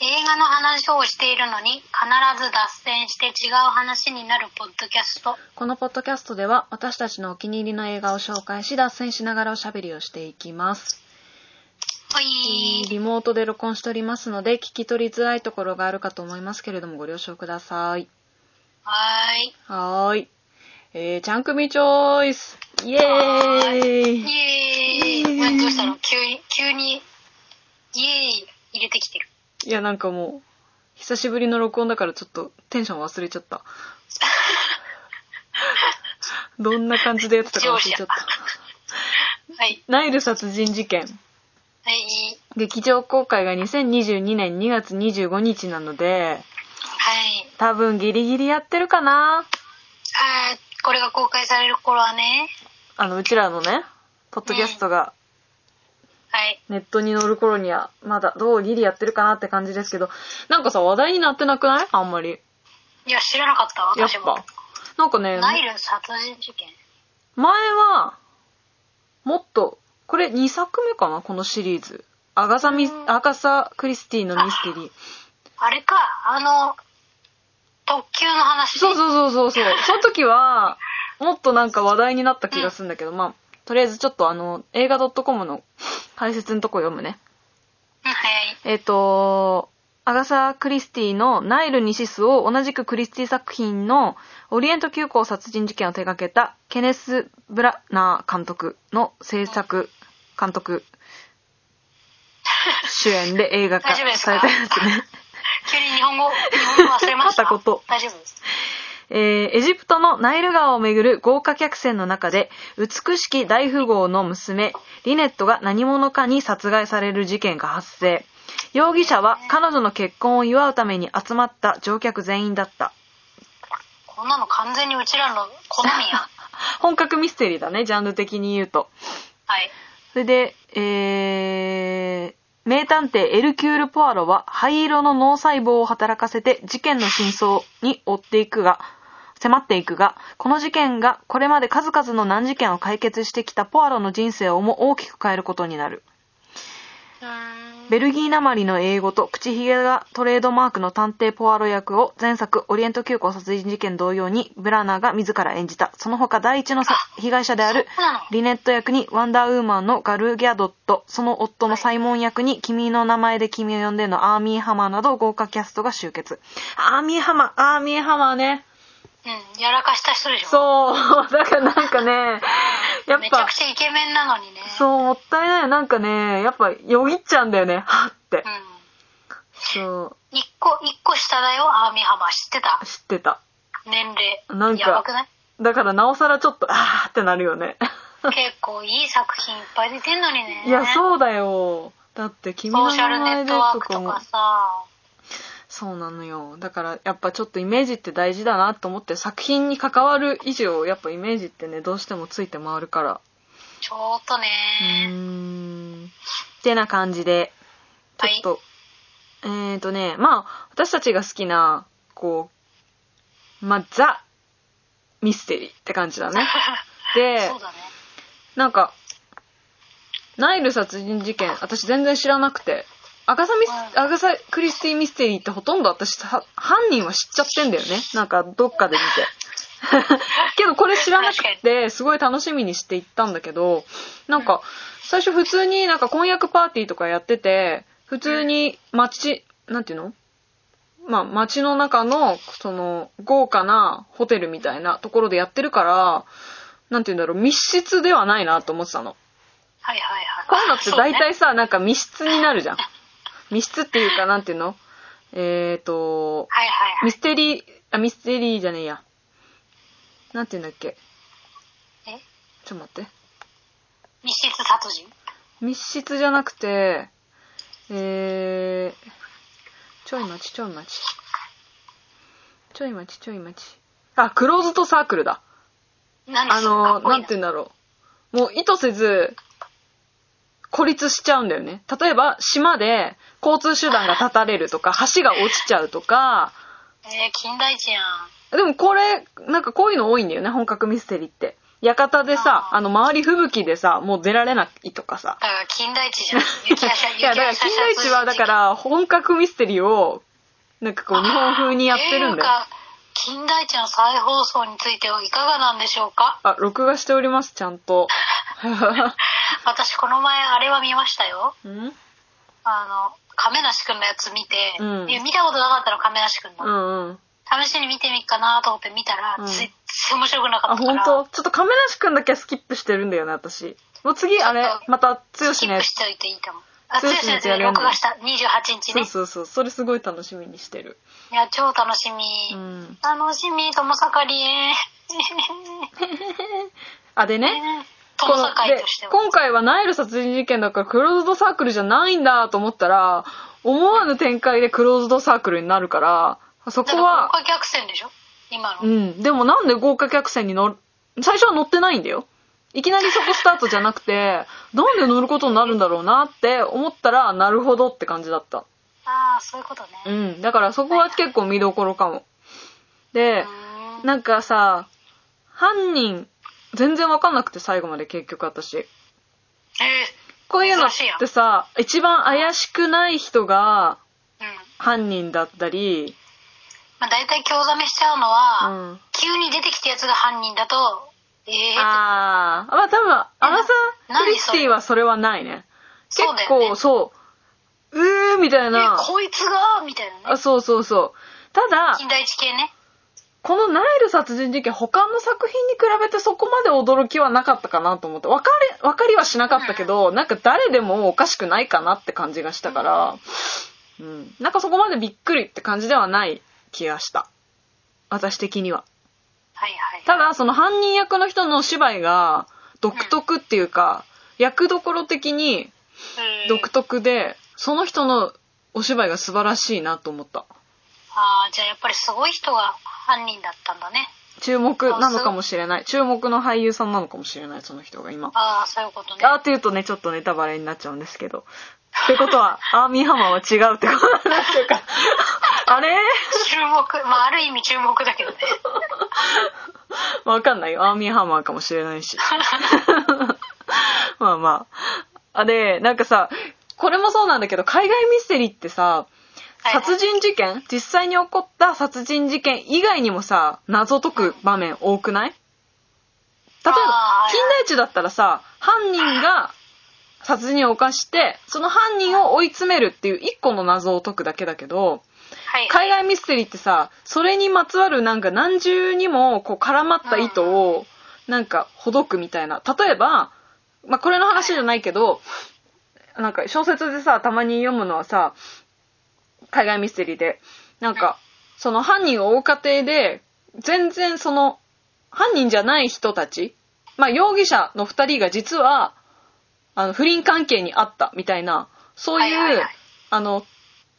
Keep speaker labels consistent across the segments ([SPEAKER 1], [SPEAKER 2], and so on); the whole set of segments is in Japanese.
[SPEAKER 1] 映画の話をしているのに必ず脱線して違う話になるポッドキャスト
[SPEAKER 2] このポッドキャストでは私たちのお気に入りの映画を紹介し脱線しながらおしゃべりをしていきます。
[SPEAKER 1] ほい
[SPEAKER 2] リモートで録音しておりますので聞き取りづらいところがあるかと思いますけれどもご了承ください。
[SPEAKER 1] はーい
[SPEAKER 2] はーい。えー、ちゃんくみチョイスイエーイ
[SPEAKER 1] イエーイ、まあ、どうしたの急に急にイエーイ入れてきてる
[SPEAKER 2] いやなんかもう久しぶりの録音だからちょっとテンション忘れちゃった。どんな感じでやってたか忘れちゃった。
[SPEAKER 1] はい
[SPEAKER 2] ナイル殺人事件。
[SPEAKER 1] はい
[SPEAKER 2] 劇場公開が2022年2月25日なので、
[SPEAKER 1] はい
[SPEAKER 2] 多分ギリギリやってるかな
[SPEAKER 1] あーこれが公開される頃はね
[SPEAKER 2] あの、うちらのね、ポッドキャストが
[SPEAKER 1] はい
[SPEAKER 2] ネットに載る頃には、まだどうギリやってるかなって感じですけど、なんかさ、話題になってなくないあんまり。
[SPEAKER 1] いや知らなかった
[SPEAKER 2] やっ
[SPEAKER 1] 私も
[SPEAKER 2] ぱ。なんかね、
[SPEAKER 1] ナイル殺人事件
[SPEAKER 2] 前は、もっと、これ2作目かなこのシリーズ。アガサミ、
[SPEAKER 1] うん
[SPEAKER 2] アガサ・クリスティのミステリー。
[SPEAKER 1] あれかあの特急の話
[SPEAKER 2] そうそうそうそう そう。その時は、もっとなんか話題になった気がするんだけど、まあ、とりあえずちょっとあの、映画 .com の解説のとこ読むね。
[SPEAKER 1] うんはい
[SPEAKER 2] えっ、と、アガサ・クリスティのナイル・ニシスを同じくクリスティ作品のオリエント急行殺人事件を手掛けたケネス・ブラナー監督の制作、監 督、主演で映画化
[SPEAKER 1] 大丈夫です
[SPEAKER 2] さ
[SPEAKER 1] か
[SPEAKER 2] れたやつね。
[SPEAKER 1] 急に日本語、日本語忘れ ました。
[SPEAKER 2] 片言
[SPEAKER 1] 大丈夫です。
[SPEAKER 2] えーエジプトのナイル川をめぐる豪華客船の中で、美しき大富豪の娘、リネットが何者かに殺害される事件が発生。容疑者は彼女の結婚を祝うために集まった乗客全員だった。
[SPEAKER 1] こんなの完全にうちらの好み や。
[SPEAKER 2] 本格ミステリーだね、ジャンル的に言うと。
[SPEAKER 1] はい。
[SPEAKER 2] それで、えー、名探偵エルキュール・ポアロは灰色の脳細胞を働かせて事件の真相に追っていくが、迫っていくが、この事件がこれまで数々の難事件を解決してきたポアロの人生をも大きく変えることになる。
[SPEAKER 1] うーん。
[SPEAKER 2] ベルギーなまりの英語と口ひげがトレードマークの探偵ポアロ役を前作オリエント急行殺人事件同様にブラナーが自ら演じた。その他第一のさ被害者である
[SPEAKER 1] そうなの
[SPEAKER 2] リネット役にワンダーウーマンのガルギャドット、その夫のサイモン役に君の名前で君を呼んでのアーミーハマーなど豪華キャストが集結。アーミーハマー、アーミーハマーね。
[SPEAKER 1] うん。やらかした人でしょ。
[SPEAKER 2] そう、だからなんか ね、やっ
[SPEAKER 1] めちゃ
[SPEAKER 2] ぱ
[SPEAKER 1] く、ちゃイケメンなのにね。う。
[SPEAKER 2] そう、もったいない。なんかね、やっぱよぎっちゃうんだよね、はって
[SPEAKER 1] う。ん。
[SPEAKER 2] そう。
[SPEAKER 1] 一個、一個下だよ、アーミーハマー。知ってた
[SPEAKER 2] 知ってた。
[SPEAKER 1] 年齢。
[SPEAKER 2] なんか
[SPEAKER 1] やばくない
[SPEAKER 2] だからなおさらちょっと、あーってなるよね。
[SPEAKER 1] 結構いい作品いっぱい出てんのにね。
[SPEAKER 2] いや、
[SPEAKER 1] う。
[SPEAKER 2] そうだよ。だって君
[SPEAKER 1] ソ
[SPEAKER 2] の
[SPEAKER 1] ーシャ
[SPEAKER 2] 名
[SPEAKER 1] ルネ
[SPEAKER 2] 前
[SPEAKER 1] ッ
[SPEAKER 2] で
[SPEAKER 1] トワー
[SPEAKER 2] と
[SPEAKER 1] ク
[SPEAKER 2] か
[SPEAKER 1] と
[SPEAKER 2] も
[SPEAKER 1] か。さ。
[SPEAKER 2] そうなのよ。だからやっぱちょっとイメージって大事だなと思って作品に関わる以上やっぱイメージってねどうしてもついて回るから。
[SPEAKER 1] ちょっと
[SPEAKER 2] うー
[SPEAKER 1] ね。
[SPEAKER 2] ん。ってな感じでちょっと、えーとねまあ私たちが好きなこうまあザミステリーって感じ だね。で
[SPEAKER 1] そうだね。
[SPEAKER 2] なんかナイル殺人事件私全然知らなくて。アガサミス
[SPEAKER 1] はい
[SPEAKER 2] アガサ・クリスティミステリーってほとんど私は犯人は知っちゃってんだよねなんかどっかで見て けどこれ知らなく
[SPEAKER 1] 確
[SPEAKER 2] てすごい楽しみにして行ったんだけどなんか最初普通になんか婚約パーティーとかやってて普通に街なんていうのまあ街の中のその豪華なホテルみたいなところでやってるからなんていうんだろう密室ではないなと思ってたの
[SPEAKER 1] はいはいはい。
[SPEAKER 2] こういうのって
[SPEAKER 1] そうね
[SPEAKER 2] 大体さ、なんか密室になるじゃん。密室っていうか、なんていうのえーと、
[SPEAKER 1] はいはいは
[SPEAKER 2] ミ
[SPEAKER 1] い。
[SPEAKER 2] ステリー、あ、ミステリーじゃねえや。なんていうんだっけ。
[SPEAKER 1] え
[SPEAKER 2] ちょっと待って。
[SPEAKER 1] 密室殺人
[SPEAKER 2] 密室じゃなくて、えー、ちょい待ち、ちょい待ち。ちょい待ち、ちょい待ち。あ、クローズドサークルだ。
[SPEAKER 1] 何
[SPEAKER 2] あのー、なん
[SPEAKER 1] い
[SPEAKER 2] て言う
[SPEAKER 1] うん
[SPEAKER 2] だろう。もう意図せず、孤立しちゃうんだよね。例えば、島で交通手段が断たれるとか、橋が落ちちゃうとか、
[SPEAKER 1] えー、金田一やん。
[SPEAKER 2] でもこれ、なんかこういうの多いんだよね、本格ミステリーって。館でさ、
[SPEAKER 1] あー
[SPEAKER 2] あの、周り吹雪でさ、もう出られないとかさ。
[SPEAKER 1] だから金田一じゃん。雪やしゃ、
[SPEAKER 2] いや、だ
[SPEAKER 1] 雪
[SPEAKER 2] か
[SPEAKER 1] や
[SPEAKER 2] ら、
[SPEAKER 1] しゃ
[SPEAKER 2] 金田一は、だから、本格ミステリーを、なんかこう、日本風にやってるんだよ。
[SPEAKER 1] よ。金田一の再放送についてはいかがなんでしょうか
[SPEAKER 2] あ、録画しております、ちゃ んと。
[SPEAKER 1] 私この前あれは見ましたよ。
[SPEAKER 2] うん
[SPEAKER 1] あの、亀梨くんのやつ見て、
[SPEAKER 2] うん
[SPEAKER 1] いや見たことなかったの亀梨くん
[SPEAKER 2] う
[SPEAKER 1] の。
[SPEAKER 2] んうん。
[SPEAKER 1] 試しに見てみっかなと思って見たら、
[SPEAKER 2] うん
[SPEAKER 1] 全然面白くなか
[SPEAKER 2] あ、
[SPEAKER 1] ったか
[SPEAKER 2] 本
[SPEAKER 1] ら。
[SPEAKER 2] 当。ちょっと亀梨くんだけはスキップしてるんだよね、私。もう次、あれ
[SPEAKER 1] ちょっ、と
[SPEAKER 2] また、剛
[SPEAKER 1] スキ
[SPEAKER 2] の
[SPEAKER 1] ッ
[SPEAKER 2] や
[SPEAKER 1] プ
[SPEAKER 2] つ。
[SPEAKER 1] しておいていいと思う。あ、
[SPEAKER 2] 剛
[SPEAKER 1] 剛
[SPEAKER 2] の
[SPEAKER 1] の
[SPEAKER 2] や
[SPEAKER 1] や
[SPEAKER 2] つ
[SPEAKER 1] つ
[SPEAKER 2] やるんだ
[SPEAKER 1] 録画した28日
[SPEAKER 2] そ
[SPEAKER 1] ね
[SPEAKER 2] う。そうそう。それすごい楽しみにしてる。
[SPEAKER 1] いや、超楽しみ。
[SPEAKER 2] うん。
[SPEAKER 1] 楽しみ、友盛りへ。
[SPEAKER 2] あ、でね。
[SPEAKER 1] 友盛りとして
[SPEAKER 2] で
[SPEAKER 1] は。
[SPEAKER 2] 今回はナイル殺人事件だからクローズドサークルじゃないんだと思ったら思わぬ展開でクローズドサークルになるからそこ
[SPEAKER 1] だ
[SPEAKER 2] は
[SPEAKER 1] から豪華客船でしょ今
[SPEAKER 2] う
[SPEAKER 1] の。
[SPEAKER 2] んでもなんで豪華客船に乗る最初は乗ってないんだよいきなりそこスタートじゃなくてなんで乗ることになるんだろうなって思ったらなるほどって感じだった
[SPEAKER 1] ああ、そういうことね。
[SPEAKER 2] う
[SPEAKER 1] うん
[SPEAKER 2] だからそこは結構見どころかもで
[SPEAKER 1] ーん
[SPEAKER 2] なんかさ犯人全然わかんなくて最後まで結局私
[SPEAKER 1] え
[SPEAKER 2] こういうのってさ一番怪しくない人が
[SPEAKER 1] ーうん。
[SPEAKER 2] 犯人だったり、
[SPEAKER 1] まあ、大体興ざめしちゃうの
[SPEAKER 2] う
[SPEAKER 1] は、
[SPEAKER 2] ん、
[SPEAKER 1] 急に出てきたやつが犯人だと、ええー、
[SPEAKER 2] あーまあ多分アラサ
[SPEAKER 1] な
[SPEAKER 2] ー・クリス
[SPEAKER 1] そ
[SPEAKER 2] テ
[SPEAKER 1] れ
[SPEAKER 2] ィはそれはないね結
[SPEAKER 1] そうだよね
[SPEAKER 2] 構そう,、うーみたいな
[SPEAKER 1] えこいつがみたいな
[SPEAKER 2] あ
[SPEAKER 1] ね。
[SPEAKER 2] そうそうそうただ
[SPEAKER 1] 近代地系ね。
[SPEAKER 2] このナイル殺人事件他の作品に比べてそこまで驚きはなかったかなと思って分かれ分かりはしなかったけど、なんか誰でもおかしくないかなって感じがしたから、うん、なんかそこまでびっくりって感じではない気がした私的には
[SPEAKER 1] はいはい。
[SPEAKER 2] ただその犯人役の人のお芝居が独特っていうか、役どころ的に
[SPEAKER 1] うん
[SPEAKER 2] 独特でその人のお芝居が素晴らしいなと思った
[SPEAKER 1] ああ、じゃあやっぱりすごい人が犯人だったんだね。
[SPEAKER 2] 注目なのかもしれない注目の俳優さんなのかもしれないその人が今
[SPEAKER 1] ああ、そういうことね。
[SPEAKER 2] あーって言うとね、ちょっとネタバレになっちゃうんですけど。ってことは、アーミーハマーは違うってことなんでしょうか。あれ
[SPEAKER 1] 注目、まあある意味注目だ けどね。
[SPEAKER 2] わかんないよ。アーミーハマーかもしれないし。 まあまあ。あれ、なんかさ、これもそうなんだけど、海外ミステリーってさ、
[SPEAKER 1] はいはい
[SPEAKER 2] 殺人事件実際に起こった殺人事件以外にもさ、謎解く場面多くない例えば
[SPEAKER 1] あ、ー
[SPEAKER 2] 金田一だったらさ、犯人が殺人を犯して、その犯人を追い詰めるっていう一個の謎を解くだけだけど、
[SPEAKER 1] はい。
[SPEAKER 2] 海外ミステリーってさそれにまつわるなんか何重にもこう絡まった糸をなんかほどくみたいな例えば、まあ、これの話じゃないけどなんか小説でさたまに読むのはさ海外ミステリーでなんかその犯人を追う過程で全然その犯人じゃない人たち、まあ、容疑者の2人が実はあの不倫関係にあったみたいなそういう、
[SPEAKER 1] はいはいはい
[SPEAKER 2] あの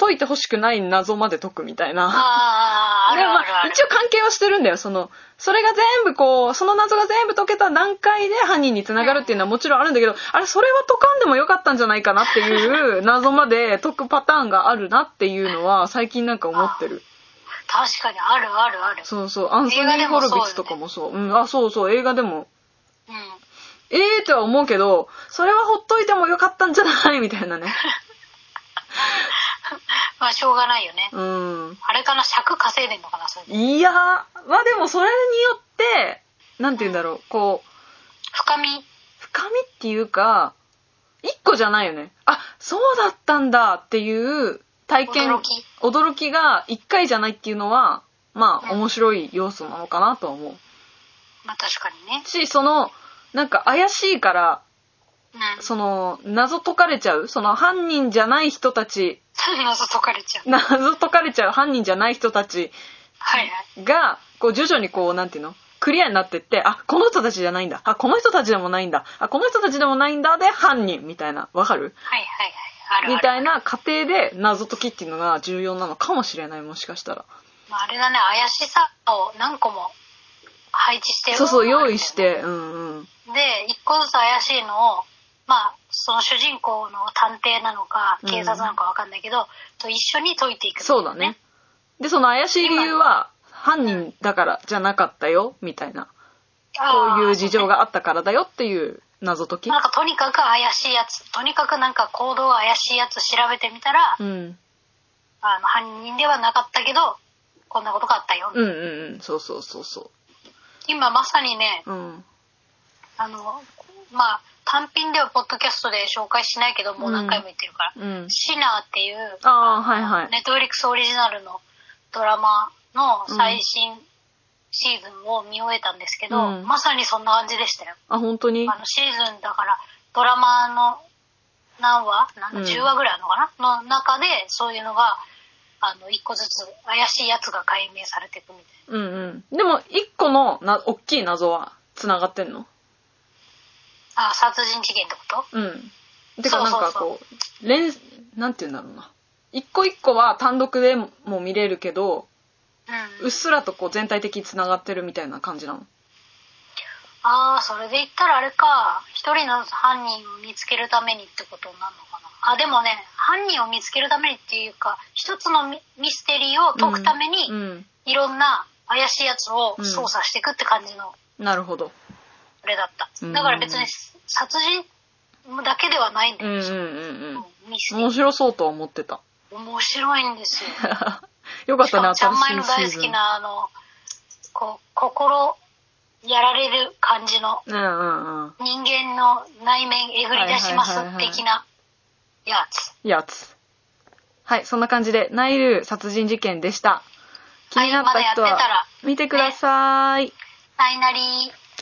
[SPEAKER 2] 解いてほしくない謎まで解くみたいな。
[SPEAKER 1] ああ、あ
[SPEAKER 2] で
[SPEAKER 1] る
[SPEAKER 2] もま
[SPEAKER 1] あるあ
[SPEAKER 2] あ
[SPEAKER 1] る。
[SPEAKER 2] 一応関係はしてるんだよそのそれが全部こうその謎が全部解けた段階で犯人につながるっていうのはもちろんあるんだけどあれそれは解かんでもよかったんじゃないかなっていう謎まで解くパターンがあるなっていうのは最近なんか思ってる
[SPEAKER 1] 確かにあるあるある。
[SPEAKER 2] そうそうアンソ
[SPEAKER 1] 映
[SPEAKER 2] ニ
[SPEAKER 1] 画
[SPEAKER 2] ー・
[SPEAKER 1] で
[SPEAKER 2] ホ
[SPEAKER 1] も
[SPEAKER 2] ル
[SPEAKER 1] そうよね
[SPEAKER 2] ビッツとかもそううんあそうそう映画でも
[SPEAKER 1] うん。
[SPEAKER 2] ええとは思うけどそれはほっといてもよかったんじゃないみたい なね
[SPEAKER 1] まあしょうがないよね。
[SPEAKER 2] うん
[SPEAKER 1] あれかな、尺稼いでんのかな、それで。
[SPEAKER 2] いやーまあでもそれによってなんて言うんだろうこう
[SPEAKER 1] 深み。
[SPEAKER 2] 深みっていうか一個じゃないよねあそうだったんだっていう体験
[SPEAKER 1] 驚き
[SPEAKER 2] 驚きが一回じゃないっていうのはまあ
[SPEAKER 1] うん
[SPEAKER 2] 面白い要素なのかなとは思う
[SPEAKER 1] まあ確かにね。
[SPEAKER 2] しそのなんか怪しいから
[SPEAKER 1] うん。
[SPEAKER 2] その謎解かれちゃうその犯人じゃない人たち
[SPEAKER 1] 謎解かれちゃう。
[SPEAKER 2] 謎解かれちゃう犯人じゃない人たち
[SPEAKER 1] はいはい。
[SPEAKER 2] がこう徐々にこうなんていうのクリアになってってあこの人たちじゃないんだあこの人たちでもないんだあこの人たちでもないんだで犯人みたいなわかる
[SPEAKER 1] はいはいはい。あるあ
[SPEAKER 2] み
[SPEAKER 1] る。
[SPEAKER 2] たいな過程で謎解きっていうのが重要なのかもしれないもしかしたら
[SPEAKER 1] まあ、あれだね、怪しさを何個も配置して
[SPEAKER 2] そうそう用意し。てうんうん
[SPEAKER 1] で、一個ずつ怪しいのを、まあ、その主人公の探偵なのか、
[SPEAKER 2] うん
[SPEAKER 1] 警察なのかわかんないけど、と一緒に解いていく、
[SPEAKER 2] そうだね。でその怪しい理由は犯人だからじゃなかったよみたいなこういう事情があったからだよっていう謎解き
[SPEAKER 1] なんかとにかく怪しいやつとにかくなんか行動怪しいやつ調べてみたら、
[SPEAKER 2] うん
[SPEAKER 1] あの犯人ではなかったけどこんなことがあったよ、
[SPEAKER 2] うんうんうんそうそうそうそ
[SPEAKER 1] 今まさにね
[SPEAKER 2] ううん
[SPEAKER 1] あのまあ単品ではポッドキャストで紹介しないけどもう何回も言ってるから、
[SPEAKER 2] うん
[SPEAKER 1] シナーっていう
[SPEAKER 2] ああはいはい
[SPEAKER 1] ネットフリックスオリジナルのドラマの最新シーズンを見終えたんですけど、
[SPEAKER 2] うん
[SPEAKER 1] まさにそんな感じでしたよ
[SPEAKER 2] あ本当に
[SPEAKER 1] あのシーズンだからドラマの何話なんだ
[SPEAKER 2] うん
[SPEAKER 1] 10話ぐらいあるのかな、の中でそういうのがあの1個ずつ怪しいやつが解明されていくみたい
[SPEAKER 2] うんうんでも一個のな大きい謎はつながってんの
[SPEAKER 1] なあ殺人事件ってこと
[SPEAKER 2] うんてかなんか
[SPEAKER 1] そ
[SPEAKER 2] こう連なんて言うんだろうな一個一個は単独でも見れるけど
[SPEAKER 1] う
[SPEAKER 2] うんっすらとこう全体的につながってるみたいな感じなの
[SPEAKER 1] ああそれで言ったらあれか一人の犯人を見つけるためにってことになるのかなあでもね犯人を見つけるためにっていうか一つのミミステリーを解くために、
[SPEAKER 2] うん、
[SPEAKER 1] いろんな怪しいやつを操作していくって感じの
[SPEAKER 2] うんなるほど
[SPEAKER 1] あれだった
[SPEAKER 2] うん
[SPEAKER 1] だから別に殺人だけではないんだ
[SPEAKER 2] うんうん
[SPEAKER 1] よ、
[SPEAKER 2] うんうん
[SPEAKER 1] ミステリ
[SPEAKER 2] 面
[SPEAKER 1] ー
[SPEAKER 2] 白そうとは思ってた
[SPEAKER 1] 面白いんですよ
[SPEAKER 2] よかっ
[SPEAKER 1] したか
[SPEAKER 2] ね
[SPEAKER 1] もちゃんまい
[SPEAKER 2] 新
[SPEAKER 1] の
[SPEAKER 2] しい
[SPEAKER 1] 大
[SPEAKER 2] シ
[SPEAKER 1] 好
[SPEAKER 2] ーズ
[SPEAKER 1] き
[SPEAKER 2] ン
[SPEAKER 1] なあのこう心やられる感じの
[SPEAKER 2] うんうんうん
[SPEAKER 1] 人間の内面えぐり出します
[SPEAKER 2] はいはいはいはい
[SPEAKER 1] 的なやつ
[SPEAKER 2] やつはいそんな感じでナイル殺人事件でした気
[SPEAKER 1] はい
[SPEAKER 2] になった人
[SPEAKER 1] まだやってた
[SPEAKER 2] は
[SPEAKER 1] ら
[SPEAKER 2] 見てください、
[SPEAKER 1] ナイナリー